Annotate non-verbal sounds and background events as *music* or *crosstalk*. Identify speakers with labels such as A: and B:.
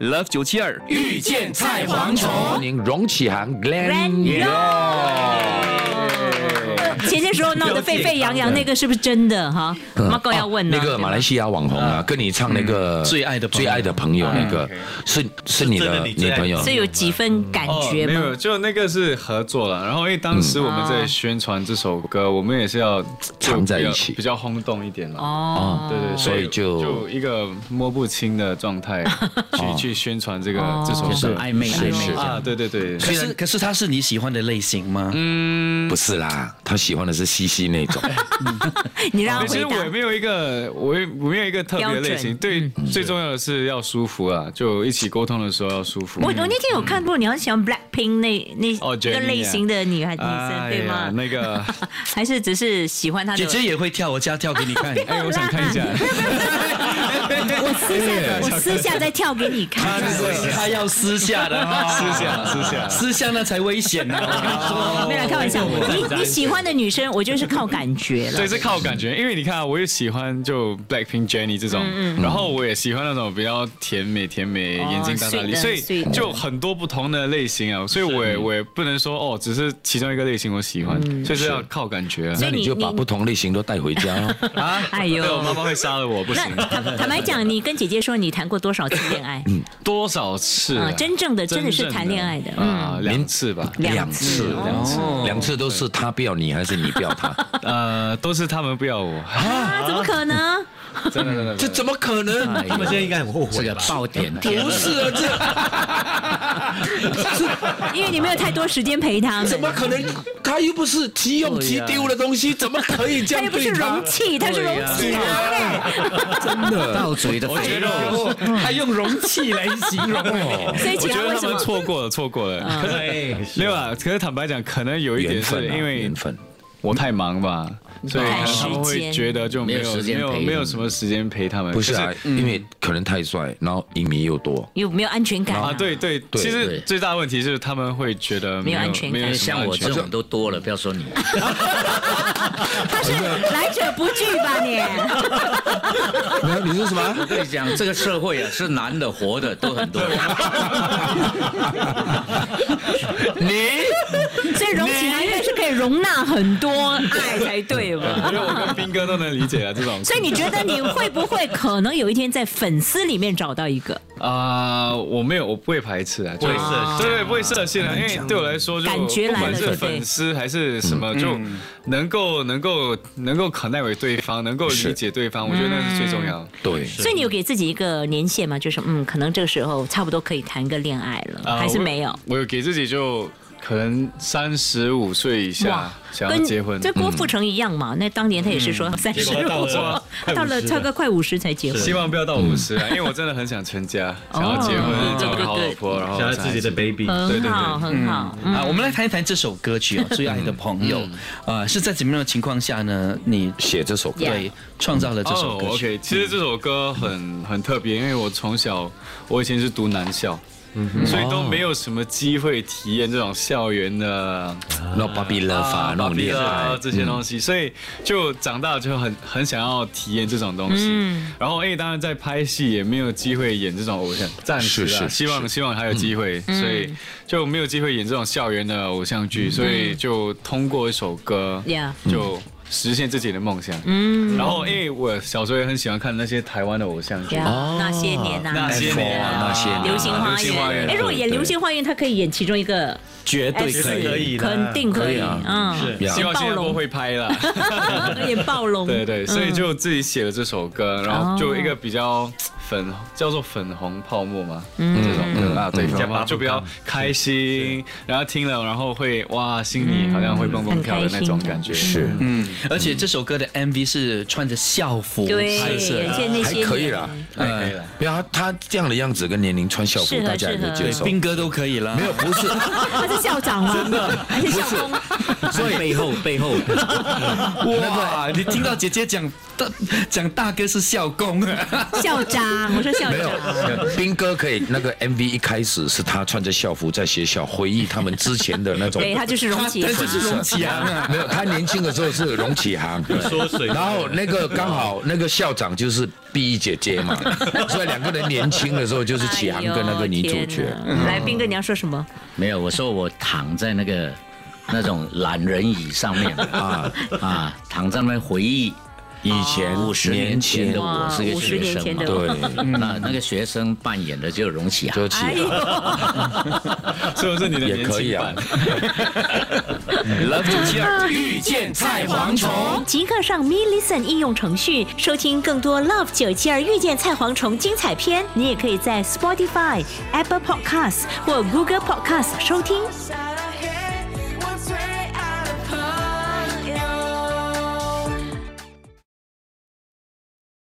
A: Love 九七二遇见菜蝗虫
B: 欢。迎荣启航 Glenn
C: Glenn
B: Yo
C: 前些时候闹得沸沸扬扬，那个是不是真的哈？马哥要问
B: 嗯
C: 呢啊
B: 啊那个马来西亚网红啊，跟你唱那个
D: 最爱的朋
B: 最
D: 友
B: 爱的朋友，那个是是你
D: 真
B: 的
D: 的你
B: 女
D: 最爱的
B: 朋友
D: 朋友
C: 所以有几分感觉
E: 哦没
C: 吗？
E: 有，就那个是合作了。然后因为当时我们在宣传这首歌，我们也是要
B: 藏在一起
E: 就比较比较轰动一点了。
C: 哦，
E: 对对，
B: 所以就哦
E: 就一个摸不清的状态
B: *laughs*
E: 去去宣传这个
C: 哦
E: 这首
D: 就是
E: 歌
D: 暧昧暧昧
B: 是
D: 这样
E: 啊，对对对，
D: 可是可是他是你喜欢的类型吗？
B: 不是啦，他喜欢的是西西那
C: *laughs*
B: 种，
C: 你让他
E: 其
C: 回
E: 实我也
C: 答。
E: 没有一个，我也我没有一个特别的类型。
C: 标嗯
E: 对，最重要的是要舒服啊，就一起沟通的时候要舒服。
C: 我我那天有看过，你很喜欢 Blackpink 那那那
E: 哦
C: 个
E: Jennie 啊
C: 类型的女孩女生
E: 哎
C: 对
E: 呀
C: 吗？*laughs*
E: 那个，
C: 还是只是喜欢她的
D: 姐？姐也会跳，我家跳给你看。
E: 哎，我想看一下。
C: *laughs* 我私下我私下再跳给你
E: 哎
C: 看。
D: 他要私下的哈，
E: 私下私下
D: 私下那才危险呢。我跟你说
C: 没有啦开玩笑，
E: 哎
C: 你你喜欢的女生，我就是靠感觉了
E: 所以。是靠感觉，因为你看啊，我也喜欢就 Blackpink Jennie 这种，然后我也喜欢那种比较甜美甜美、
C: 嗯哦
E: 眼睛大大的，
C: sweet 的
E: 所以
C: sweet 的
E: 就很多不同的类型啊，所以我也我也不能说哦，只是其中一个类型我喜欢，
C: 嗯
E: 所以是要靠感觉啊
B: 那
C: 所以
B: 你
C: 你
B: 就把不同类型都带回家哦咯。
E: 啊！
C: 哎
E: 对
C: 呦
E: 我妈，妈会杀了我，不行
C: 那。坦坦白讲，你跟姐姐说你谈过多少次恋爱？
E: 多少次啊
C: 嗯真正的真的是谈恋爱的嗯哦
E: 啊，两次吧，
C: *laughs* 两次
B: 两
E: 两次，
B: 两次都是他不要你，还是你不要他？
E: 呃，都是他们不
C: *laughs*
E: 要我，
C: 啊，怎么可能？
E: 真的真
B: *laughs*
E: 的，
B: 这怎么可能？
F: 他们现在应该很后
D: 这
F: 悔
D: 个
F: 吧？
D: 爆点，
B: 不是啊，这
C: 因为你没有太多时间陪他们。
B: 怎么可能？他又不是急用急丢的东西，怎么可以这
C: 他
B: 样
C: 又不
B: 对
C: 是
B: 他
C: 容？器，他是容器啊！
D: 到嘴的肥肉，他用容器来形容 *laughs* 哦。
C: 所以
E: 我
C: 其
E: 觉
C: 他
E: 得
C: 为
E: 他
C: 什
E: 们
C: 么？嗯
E: 错过了，错过了。可是
F: 哎，是
E: 没有啊，可是坦白讲，可能有一点
B: 缘分
E: 是
B: 啊，
E: 因为
B: 缘分。
E: 我太忙吧，所以
C: 赶嗯时
E: 他
C: 间
E: 们会觉得就没
D: 没
E: 有
D: 有时间
E: 没有
D: 陪
E: 没有什么时间陪他们。
B: 不是
E: 可
B: 啊，因为可能太帅，然后影迷又多。
C: 有没有安全感
E: 啊，对对，
D: 对
E: 其实最大的问题是他们会觉得
C: 没有安全感
E: 没有什么
G: 像我
E: 安全
G: 这种都多了，不要说你。
C: 他是来者不拒吧你？
E: *laughs*
B: 你是什么？
G: *laughs* 我跟你讲，这个社会啊，是男的、活的都很多。
C: 所以容起来应该是可以容纳很多爱才对
E: 我
C: 吧？
E: 觉得我跟斌哥都能理解啊，这
C: *laughs*
E: 种。
C: 所以你觉得你会不会可能有一天在粉丝里面找到一个
E: 啊，我没有，我不会排斥啊，不
F: 会设限
E: 对对，不会设限啊，因为对我来说，就
C: 感觉
E: 不
C: 来了
E: 管
C: 对
E: 是
C: 不对
E: 粉丝还是什么，就能够能够能够 connect 为对方，能够理解对方，我觉得那是最重
C: 嗯
E: 要。
B: 对，
C: 所以你有给自己一个年限吗？就是嗯，可能这个时候差不多可以谈个恋爱了，
E: 啊
C: 还是
E: 我
C: 没有？
E: 我有给自己就可能三十五岁以下
C: 哇
E: 想要结婚，
C: 这郭富城一样嘛？那当年他也是说三十
F: 结果到
C: 五，
F: 了
C: 他到了差个快五十才结婚。
E: 希望不要到五十啊，因
F: 嗯
E: 为我真的很想成家，想要结
C: 哦
E: 婚，找个好老婆，然后
F: 想要自己的
E: 生孩子
F: baby，
C: 很好，很好。嗯
D: 啊，我们来谈一谈这首歌曲啊，《最爱的朋友》啊，是在怎么样的情况下呢？你
B: 写这首歌
C: Yeah
D: 对创造了这首
E: 哦
D: 歌曲，
E: ，OK，
F: 嗯
E: 其实这首歌很很特别，因为我从小我以前是读男校。
F: 嗯
E: 所以
F: 哦
E: 都没有什么机会体验这种校园的
B: 然后芭比 love 啊，那种恋
E: 啊
B: 爱，
E: 这些东西，所以就长大就很很想要体验这种东西。
C: 嗯
E: 然后，哎，当然在拍戏也没有机会演这种偶像，暂时
B: 是
E: 啦
B: 是嗯
E: 希望希望还有机会，
C: 嗯
E: 所以就没有机会演这种校园的偶像
B: 嗯
E: 剧，所以就通过一首歌
C: Yeah
E: 就实现自己的梦想。
C: 嗯，
E: 然后，因为我小时候也很喜欢看那些台湾的偶像剧
C: 对，啊，那些年啊，
E: 那些年啊
B: 那些年
C: 流星花
E: 流星花
C: 园。
E: 园
C: 哎，如果演流星花园，他可以演其中一个，
D: 绝对可以。
F: 可以的
C: 肯定可以。嗯，
B: Yeah
E: 希望新加
C: 暴
E: 坡
C: 龙
E: 会拍啦。
C: *laughs* 演暴龙。嗯
E: 对对，所以就自己写了这首歌，然后就一个比较粉，叫做粉红泡沫嘛，这种歌啊，对，
F: 嗯
E: 粉红泡
F: 加
E: 沫就比较开心，然后听了然后会哇，心里好像会蹦蹦跳的那种感觉，是
D: 嗯，而且这首歌的 MV 是穿着校服
C: 对，
D: 拍摄啊
C: 而
D: 的，
C: 且那些
B: 还
C: 年
B: 可以啦。
E: 可以了。
B: 不要他这样的样子跟年龄穿校服
C: 适，合
B: 大家也可以接受。
D: 兵哥都可以了。没有，
B: 不
C: *laughs*
B: 是，
C: 他是校长吗？真的，还是校工？
G: *laughs* 所以背后背后，
D: *laughs* 哇！你听到姐姐讲大讲大哥是校工啊，
C: 校长长，我说校
B: 没有
C: 长，，
B: 斌哥可以那个 MV 一开始是他穿着校服在学校回忆他们之前的那种，
C: 对他就是荣启
D: 他就是
C: 航
D: 荣启阳啊，
B: 没有，他年轻的时候是荣启航，然后那个刚好那个校长就是碧仪姐姐
C: *laughs*
B: 嘛，所以两个人年轻的时候就是启航跟那个女主角。
C: 哎呦哎天哪来，斌哥，你要说什么？
G: *laughs* 没有，我说我躺在那个那种懒人椅上面 *laughs* 啊啊，躺在那边回忆啊
B: 以前
G: 五十年前的我是一个
C: 五十
G: 学
C: 年
G: 生
C: 前
G: 嘛
C: 的，
B: 对，
G: *laughs* 那那个学生扮演的就是荣启啊，
B: 就启航
C: 哎呦，
E: 所以我是你的
B: 也
E: 年
B: 可以
E: 轻
B: 啊
E: 版。。
A: *laughs* Love 九七二遇见菜蝗虫。
C: 即刻上 Me Listen 应用程序收听更多 Love 九七二遇见菜蝗虫精彩片。你也可以在 Spotify、Apple Podcasts 或 Google Podcasts 收听。
F: side.